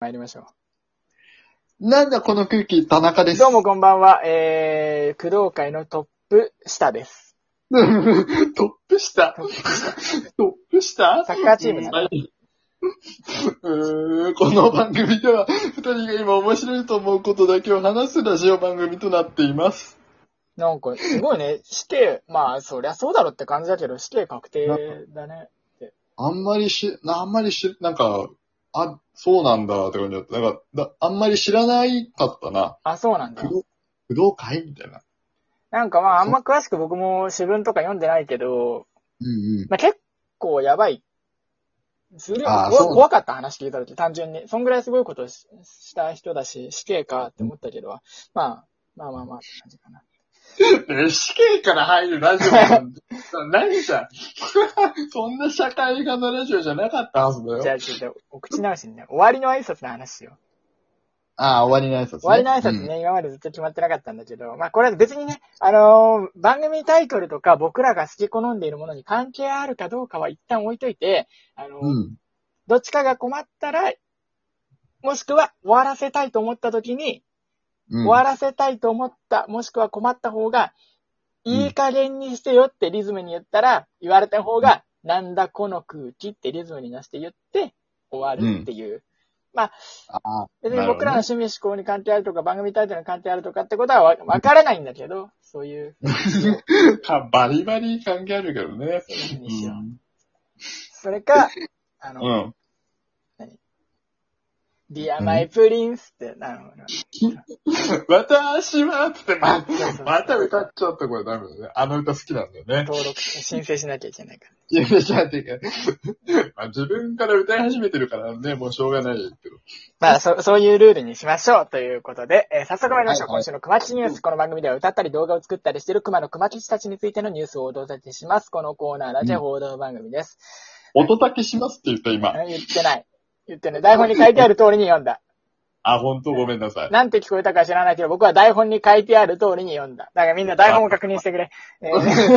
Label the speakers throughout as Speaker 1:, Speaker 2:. Speaker 1: 参りましょ
Speaker 2: なんだこの空気、田中で
Speaker 1: う。
Speaker 2: す。
Speaker 1: どう もこんばんは。えー、工藤会のトップ下です。
Speaker 2: うんトッ プ下トップ下
Speaker 1: サッカーチームだね
Speaker 2: はいうんこの番組では、二人が今面白いと思うことだけを話すラジオ番組となっています。
Speaker 1: なんか、すごいね、 死刑、まあ、そりゃそうだろって感じだけど、死刑確定だね。
Speaker 2: あんまりし、なあんまりし、なんか、あ、そうなんだって感じだった。なんか、だあんまり知らないかったな。
Speaker 1: あ、そうなんだ
Speaker 2: 不。動、不動会みたいな。
Speaker 1: なんかまあ、あんま詳しく僕も詩文とか読んでないけど、
Speaker 2: うんうん。
Speaker 1: まあ結構やばい。するよ
Speaker 2: あー
Speaker 1: 怖
Speaker 2: そう
Speaker 1: 怖かった話聞いた時、単純に。そんぐらいすごいことをしした人だし、死刑かって思ったけど、まあ、まあまあまあ、って感じかな。
Speaker 2: ね死刑から入るラジオなんて何じゃん そんな社会派のラジオじゃなかったはずだよ
Speaker 1: じ。ゃあ、ちょっと、お口直しにね、終わりの挨拶の話しよう。
Speaker 2: ああ、終わりの挨拶、ね。
Speaker 1: 終わりの挨拶ね、今までずっと決まってなかったんだけど、まあこれは別にね、あのー番組タイトルとか僕らが好き好んでいるものに関係あるかどうかは一旦置いといて、あのー
Speaker 2: うん。うん。
Speaker 1: どっちかが困ったら、もしくは終わらせたいと思った時に、
Speaker 2: うん、
Speaker 1: 終わらせたいと思った、もしくは困った方が、
Speaker 2: うん
Speaker 1: いい加減にしてよってリズムに言ったら、言われた方が、なんだこの空気ってリズムになして言って、終わるっていう。
Speaker 2: ああ
Speaker 1: 別に僕らの
Speaker 2: なる
Speaker 1: 趣味思考に関係あるとか、番組タイトルに関係あるとかってことはわわからないんだけど、そういう
Speaker 2: ほどねかバリバリ関係あるけどね。
Speaker 1: ふう
Speaker 2: う
Speaker 1: にしよう。
Speaker 2: ん。
Speaker 1: それか、あの、
Speaker 2: うん。
Speaker 1: Dear My Prince って、なるほど。
Speaker 2: 私は、つって、ま
Speaker 1: そうそう、
Speaker 2: また歌っちゃったこれダメだね。あの歌好きなんだよね。
Speaker 1: 登録、申請しなきゃいけないから。
Speaker 2: いやいや、じゃあ、てか、まあ、自分から歌い始めてるからね、もうしょうがないけど。
Speaker 1: まあ、そ、そういうルールにしましょうということで、えー早速参りましょう。
Speaker 2: はいは
Speaker 1: 今
Speaker 2: い
Speaker 1: 週の熊吉ニュース。この番組では歌ったり動画を作ったりしている熊の熊吉たちについてのニュースをお届けします。このコーナーラジオ報道番組です。
Speaker 2: 音だけしますって言った、今。
Speaker 1: うん言ってない。言ってない。台本に書いてある通りに読んだ。
Speaker 2: あ、ほんとごめんなさい。
Speaker 1: なんて聞こえたか知らないけど、僕は台本に書いてある通りに読んだ。だからみんな台本を確認してく れ。えー
Speaker 2: 誰も持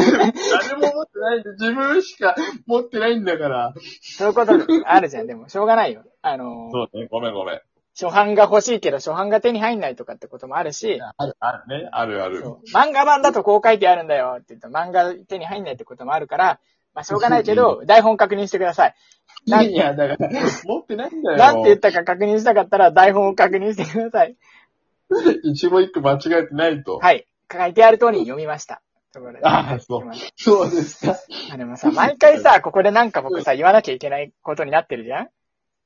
Speaker 2: ってないんで、自分しか持ってないんだから。
Speaker 1: そういうことあるじゃん。でも、しょうがないよ。あの
Speaker 2: そうね、ごめんごめん。
Speaker 1: ー、初版が欲しいけど、初版が手に入んないとかってこともあるし、
Speaker 2: ある、あるね、あるある。
Speaker 1: そう漫画版だとこう書いてあるんだよって言うと、漫画手に入んないってこともあるから、まあ、しょうがないけど、台本確認してください。なん
Speaker 2: いや、だから、持ってないんだよ。
Speaker 1: なんて言ったか確認したかったら、台本を確認してください。
Speaker 2: 一語一句間違えてないと。
Speaker 1: はい。書いてある通りに読みました。ところで
Speaker 2: ああそうそうですか。
Speaker 1: あでもさ、毎回さ、ここでなんか僕さ、言わなきゃいけないことになってるじゃん、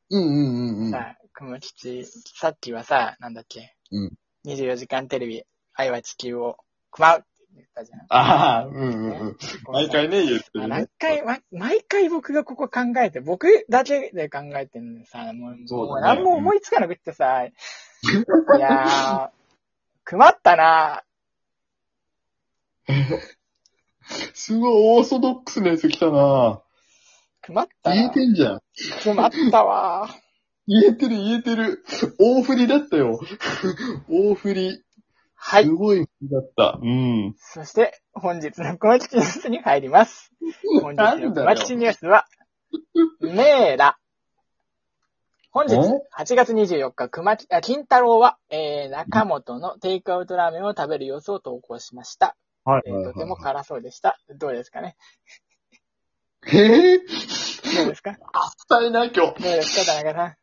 Speaker 2: うんうんうんうん。
Speaker 1: さ、熊吉、さっきはさ、なんだっけ、
Speaker 2: うん
Speaker 1: 24時間テレビ、愛は地球を、熊うって言ったじゃん。
Speaker 2: ああ、うんうんうん。毎回ね、言って
Speaker 1: あ
Speaker 2: る
Speaker 1: 毎
Speaker 2: ね。
Speaker 1: 回、ま毎回僕がここ考えて、僕だけで考えてるのにさ、もう、
Speaker 2: そうだね
Speaker 1: もう何も思いつかなくってさ、いやー、困ったな
Speaker 2: すごいオーソドックスなやつ来たな
Speaker 1: 困った
Speaker 2: 言え
Speaker 1: な
Speaker 2: てんじゃん。
Speaker 1: 困ったわ
Speaker 2: 言えてる言えてる。大振りだった よ。大振り。
Speaker 1: は
Speaker 2: す
Speaker 1: い。
Speaker 2: ごい振りだった。うん。
Speaker 1: そして、本日の小町ニュースに入ります。本日
Speaker 2: なん
Speaker 1: の小
Speaker 2: だよ。
Speaker 1: 町ニュースは、メーラ。本日、8月24日、熊木、あ、金太郎は、えー、中本のテイクアウトラーメンを食べる様子を投稿しました。
Speaker 2: は
Speaker 1: えーとても辛そうでした。どうですかね
Speaker 2: い。えぇ
Speaker 1: どうですかど
Speaker 2: あっさりな、今日。
Speaker 1: うですか田中さん。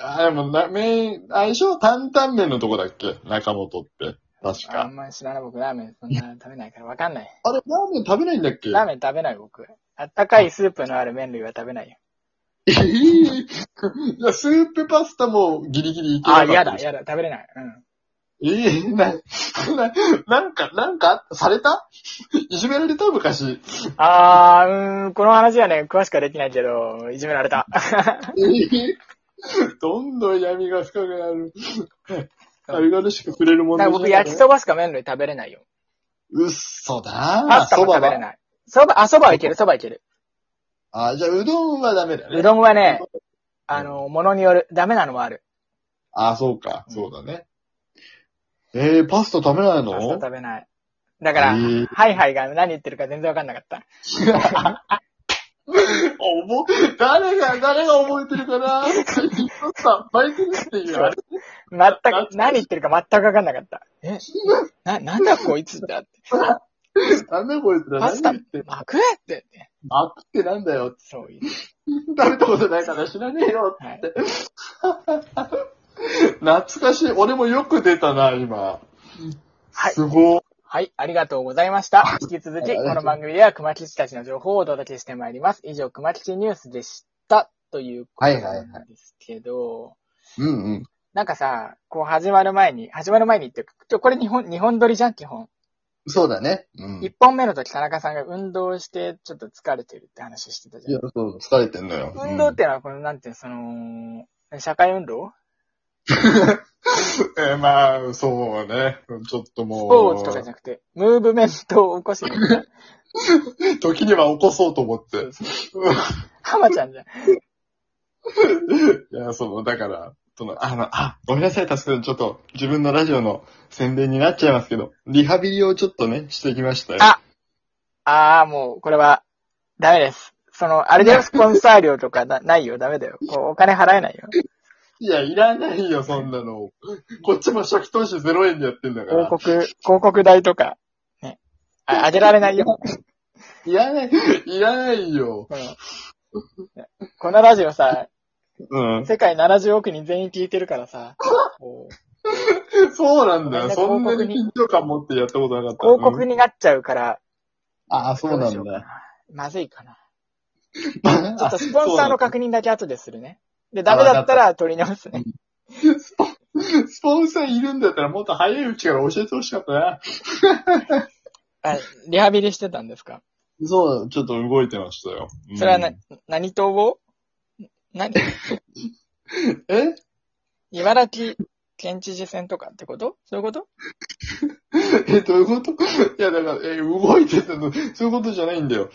Speaker 2: あ、でも、な、麺、相性担々麺のとこだっけ中本って。確
Speaker 1: あ
Speaker 2: か。
Speaker 1: んま知らない僕、ラーメンそんな食べないからわかんない。
Speaker 2: あれ、ラーメン食べないんだっけ
Speaker 1: ラーメン食べない僕。あったかいスープのある麺類は食べないよ。
Speaker 2: ええ いや、スープパスタもギリギリいけ
Speaker 1: あ、
Speaker 2: なかった
Speaker 1: 嫌だ、嫌だ、食べれない。うん。
Speaker 2: ええな、な、なんか、なんか、されたいじめられた昔。
Speaker 1: あー、うーん、この話はね、詳しくはできないけど、いじめられた。
Speaker 2: ええどんどん闇が深くなる。軽々しく触れるも
Speaker 1: だから
Speaker 2: の
Speaker 1: 僕、焼きそばしか麺類食べれないよ。
Speaker 2: うっそだ
Speaker 1: パスタも食べれ
Speaker 2: は。
Speaker 1: ない。そば、あ、そばはいける、そばいける。
Speaker 2: あ、じゃあ、うどんはダメだね。
Speaker 1: うどんはね、あの、ものによる、ダメなのもある。
Speaker 2: あ、そうか。そうだね。ええパスタ食べないの
Speaker 1: パスタ食べない。だから、
Speaker 2: えー
Speaker 1: ハイハイが何言ってるか全然わかんなかった。
Speaker 2: おぼ、誰が、誰が覚えてるかな最近のさ、バイクですっていうあれ。
Speaker 1: 全く、何言ってるか全く分かんなかった。えな、なんだこいつだって。
Speaker 2: なんだこいつら、
Speaker 1: パ
Speaker 2: 何
Speaker 1: スタ
Speaker 2: 言って、
Speaker 1: 巻くって。
Speaker 2: あくってなんだよ。
Speaker 1: そういう。
Speaker 2: 食べたことないから知らねえよ。
Speaker 1: はい。
Speaker 2: 懐かしい。俺もよく出たな、今。
Speaker 1: はい
Speaker 2: すごい。
Speaker 1: はい、ありがとうございました。引き続き、この番組では熊吉たちの情報をお届けしてまいります。以上、熊吉ニュースでした。ということなんですけど、
Speaker 2: うんうん。
Speaker 1: なんかさ、こう始まる前に、始まる前にって、ちょこれ日本、日本撮りじゃん、基本。
Speaker 2: そうだね。うん。
Speaker 1: 一
Speaker 2: い
Speaker 1: 本目の時、田中さんが運動して、ちょっと疲れてるって話してたじゃ
Speaker 2: や、そう、疲れてんのよ。
Speaker 1: ん。運動ってのは、この、なんていうの、その、社会運動
Speaker 2: うん、えーまあ、そうね。ちょっと
Speaker 1: ス
Speaker 2: も
Speaker 1: ポ
Speaker 2: う。
Speaker 1: ーツとかじゃなくて、ムーブメントを起こしに行った。
Speaker 2: 時には起こそうと思って。
Speaker 1: そう浜ちゃんじゃん。
Speaker 2: いや、その、だから、その、あの、あ、ごめんなさい、タスクちょっと、自分のラジオの宣伝になっちゃいますけど、リハビリをちょっとね、してきましたよ。
Speaker 1: ああー、もう、これは、ダメです。その、あれだよ、スポンサー料とかなないよ、ダメだよ。こう、お金払えないよ。
Speaker 2: いや、いらないよ、そんなの。こっちも初期投資0円でやってんだか
Speaker 1: 広
Speaker 2: ら。
Speaker 1: 告、広告代とか、ね。あ、あげられないよ。
Speaker 2: いらない、いらないよ。
Speaker 1: このこのラジオさ、
Speaker 2: うん。
Speaker 1: 世界70億人全員聞いてるからさ、こう
Speaker 2: そうなんだよ。
Speaker 1: ご
Speaker 2: そ
Speaker 1: め
Speaker 2: ん
Speaker 1: んね
Speaker 2: なに緊張感持ってやったことなかった。
Speaker 1: 広告
Speaker 2: うん
Speaker 1: になっちゃうから、
Speaker 2: ああ、そうな
Speaker 1: ど
Speaker 2: ん
Speaker 1: うしようか
Speaker 2: だ。
Speaker 1: なまずいかな。 ちょっ
Speaker 2: あ
Speaker 1: とスポンサーの確認だけ後でするね。で、ダメだったら取り直すね。
Speaker 2: スポンサーいるんだったらもっと早いうちから教えてほしかったな。
Speaker 1: あリハビリしてたんですか
Speaker 2: そう、ちょっと動いてましたよ。うん
Speaker 1: それはな、何党を何
Speaker 2: え
Speaker 1: 茨城県知事選とかってことそういうこと
Speaker 2: え、どういうこといや、だから、え、動いてたの、そういうことじゃないんだよ。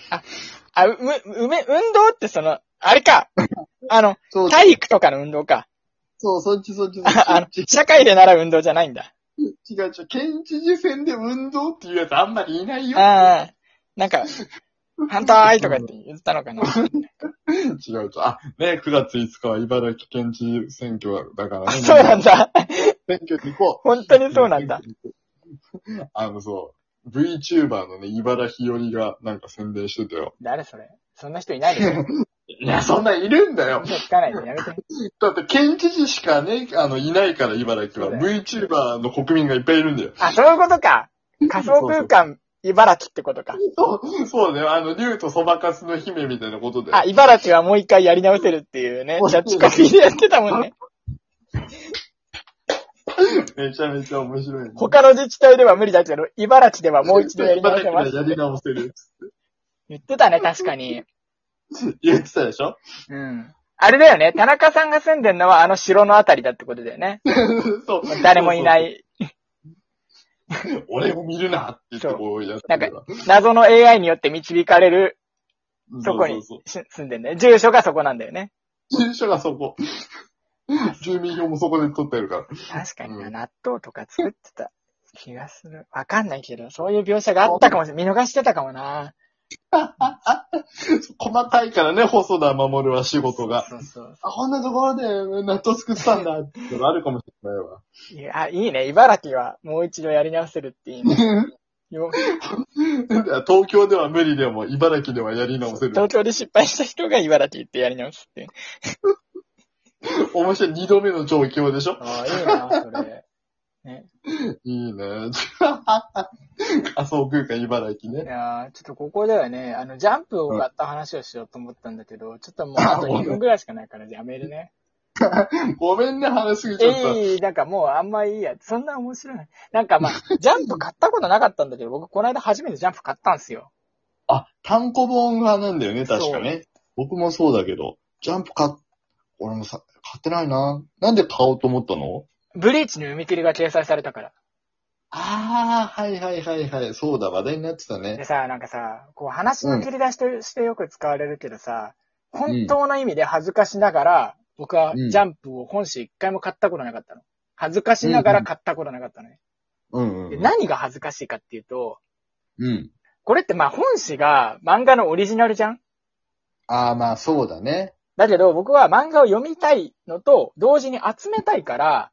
Speaker 1: あ、う、う、うめ、運動ってその、あれ かあの、
Speaker 2: そう、
Speaker 1: 体育とかの運動か。
Speaker 2: そう、そっちそっちそっ
Speaker 1: ああの
Speaker 2: ち。違、
Speaker 1: 社会で習う運動じゃないんだ。
Speaker 2: う違う、県知事選で運動っていうやつあんまりいないよ。
Speaker 1: ああ、なんか、反対とかって言ったのか な。
Speaker 2: 違う違う。あ、ね、9月5日は茨城県知事選挙だからね。
Speaker 1: あそうなん。だ。
Speaker 2: 選挙に行こ
Speaker 1: 本当
Speaker 2: う。
Speaker 1: にそうなんだ。。
Speaker 2: あの、そう、VTuber のね、茨城寄りがなんか宣伝してたよ。
Speaker 1: 誰それそんな人いないでし ょ。
Speaker 2: いや、そんなんいるんだよ。
Speaker 1: 嘘つかないでやめて。
Speaker 2: だって県知事しかね、あの、いないから茨城は。
Speaker 1: そう
Speaker 2: VTuber の国民がいっぱいいるんだよ。
Speaker 1: あ、そういうことか。仮想空間、茨城ってことか。
Speaker 2: そう、そうね。あの、竜とそばかすの姫みたいなことで。
Speaker 1: あ、茨城はもう一回やり直せるっていうね、キャッチコピーでやってたもんね。
Speaker 2: めちゃめちゃ面白い、ね。
Speaker 1: 他の自治体では無理だけど、茨城ではもう一度やり直せま
Speaker 2: 茨
Speaker 1: す
Speaker 2: 城。はやり直せる。
Speaker 1: 言ってたね、確かに。
Speaker 2: 言ってたでしょ
Speaker 1: うん。あれだよね、田中さんが住んでんのはあの城のあたりだってことだよね。
Speaker 2: そう。。
Speaker 1: 誰もいないい、
Speaker 2: 俺を見るなって言ってこうやって
Speaker 1: なん謎の AI によって導かれる、そ
Speaker 2: そ
Speaker 1: こ
Speaker 2: こ
Speaker 1: に
Speaker 2: そう
Speaker 1: し住んでんだよ。住所がそこなんだよね。
Speaker 2: そう。住所がそこ。住民票もそこで取ってるから。
Speaker 1: 確かにな、
Speaker 2: うん
Speaker 1: 納豆とか作ってた気がする。わかんないけど、そういう描写があったかもしれない。見逃してたかもな。
Speaker 2: 細かいからね、細田守は仕事が。
Speaker 1: そうそう
Speaker 2: あ、こんなところで納豆作ってたんだってのがあるかもしれないわ。
Speaker 1: そういやあ、いいね。茨城はもう一度やり直せるっていいね。よ
Speaker 2: 東京では無理でも、茨城ではやり直せる。
Speaker 1: 東京で失敗した人が茨城行ってやり直すっていう。
Speaker 2: 面白い。二度目の状況でしょ
Speaker 1: ああ、いいな、それ。
Speaker 2: いいね。 仮想空間茨城
Speaker 1: い
Speaker 2: ね。
Speaker 1: やーちょっとここではね、あの、ジャンプを買った話をしようと思ったんだけど、ちょっともうあと2分ぐらいしかないからやめる ね。
Speaker 2: ごめんね、話しすぎちゃった。
Speaker 1: えい、なんかもうあんまいいや。そんな面白い。なんかま あ、ジャンプ買ったことなかったんだけど、僕この間初めてジャンプ買ったんですよ。
Speaker 2: あ、単行本派なんだよね、確かね。僕もそうだけど、ジャンプ買っ、俺もさ、買ってないな。なんで買おうと思ったの
Speaker 1: ブリーチの読み切りが掲載されたから。
Speaker 2: ああ、はいはいはいはい。そうだ、話題になってたね。
Speaker 1: でさ、なんかさ、こう話の切り出しとしてよく使われるけどさ、本当の意味で恥ずかしながら、僕は
Speaker 2: うん
Speaker 1: ジャンプを本誌一回も買ったことなかったの。恥ずかしながら買ったことなかったのね。
Speaker 2: うんう
Speaker 1: で
Speaker 2: ん。
Speaker 1: 何が恥ずかしいかっていうと、
Speaker 2: うん。
Speaker 1: これってまあ本誌が漫画のオリジナルじゃん
Speaker 2: ああ、まあそうだね。
Speaker 1: だけど、僕は漫画を読みたいのと、同時に集めたいから、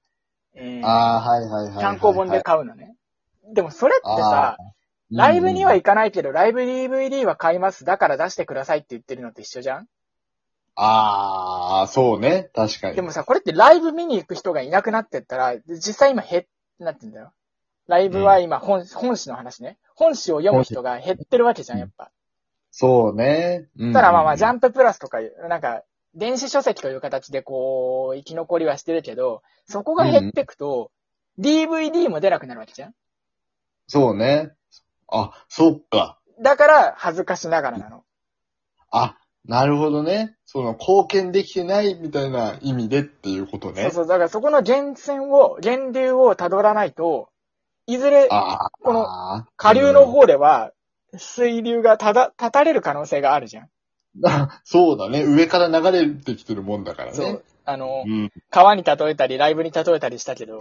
Speaker 1: えー
Speaker 2: ああ、はいはいはいはい、はい。
Speaker 1: 単行本で買うのね。でもそれってさ、
Speaker 2: うん、
Speaker 1: ライブには行かないけど、ライブ DVD は買います。だから出してくださいって言ってるのと一緒じゃん
Speaker 2: ああ、そうね。確かに。
Speaker 1: でもさ、これってライブ見に行く人がいなくなってったら、実際今減っ、なんて言うんだよ。ライブは今本、本誌の話ね。本誌を読む人が減ってるわけじゃん、やっぱ。
Speaker 2: そうね。
Speaker 1: ただまあまあ、ジャ
Speaker 2: ン
Speaker 1: ンププラスとかいう、なんか、電子書籍という形でこう、生き残りはしてるけど、そこが減ってくと、DVD も出なくなるわけじゃん
Speaker 2: そうね。あ、そっか。
Speaker 1: だから、恥ずかしながらなの。
Speaker 2: あ、なるほどね。その、貢献できてないみたいな意味でっていうことね。
Speaker 1: そうそう、だからそこの源泉を、源流を辿らないと、いずれ、
Speaker 2: ああ。
Speaker 1: この下流の方では、水流がただ、立たれる可能性があるじゃん。
Speaker 2: あ そうだね。上から流れてきてるもんだからね。
Speaker 1: そう。あの、
Speaker 2: うん。
Speaker 1: 川に例えたり、ライブに例えたりしたけど、あ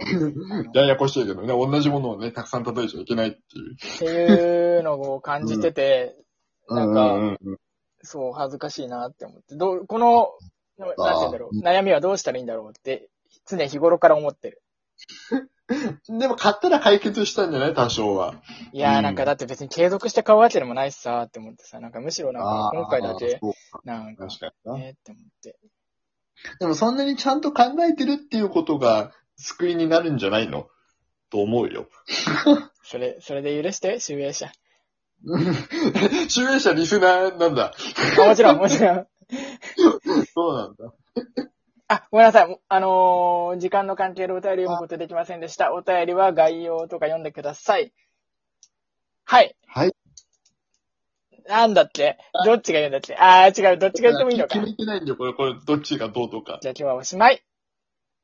Speaker 1: の
Speaker 2: ややこしいけどね。同じものをね、たくさん例えちゃいけないっていう。
Speaker 1: っていうのを感じてて、なんか
Speaker 2: うんうんうん、
Speaker 1: そう、恥ずかしいなって思って、どう、この、なんて言うんだろう、悩みはどうしたらいいんだろうって、常日頃から思ってる。
Speaker 2: でも買ったら解決したんじゃない多少は。
Speaker 1: いや
Speaker 2: う
Speaker 1: ー
Speaker 2: ん
Speaker 1: なんかだって別に継続して買うわけでもないしさーって思ってさ、なんかむしろなんか今回だ
Speaker 2: あー
Speaker 1: け、
Speaker 2: そうか
Speaker 1: なんか、
Speaker 2: 確かにな。
Speaker 1: ねって思って。
Speaker 2: でもそんなにちゃんと考えてるっていうことが救いになるんじゃないのと思うよ。
Speaker 1: それ、それで許して、集英者。
Speaker 2: 集英者リスナーなんだ。
Speaker 1: あ、もちろん、もちろん。
Speaker 2: そうなんだ。
Speaker 1: あ、ごめんなさい。あのー時間の関係でお便り読むことできませんでした。お便りは概要とか読んでください。はい。
Speaker 2: はい。
Speaker 1: なんだっけどっちが言うんだっけあー、違う。どっちが言ってもいいのか。
Speaker 2: 決めてないんだよ、これ、これ、どっちがどうとか。
Speaker 1: じゃあ今日はおしまい。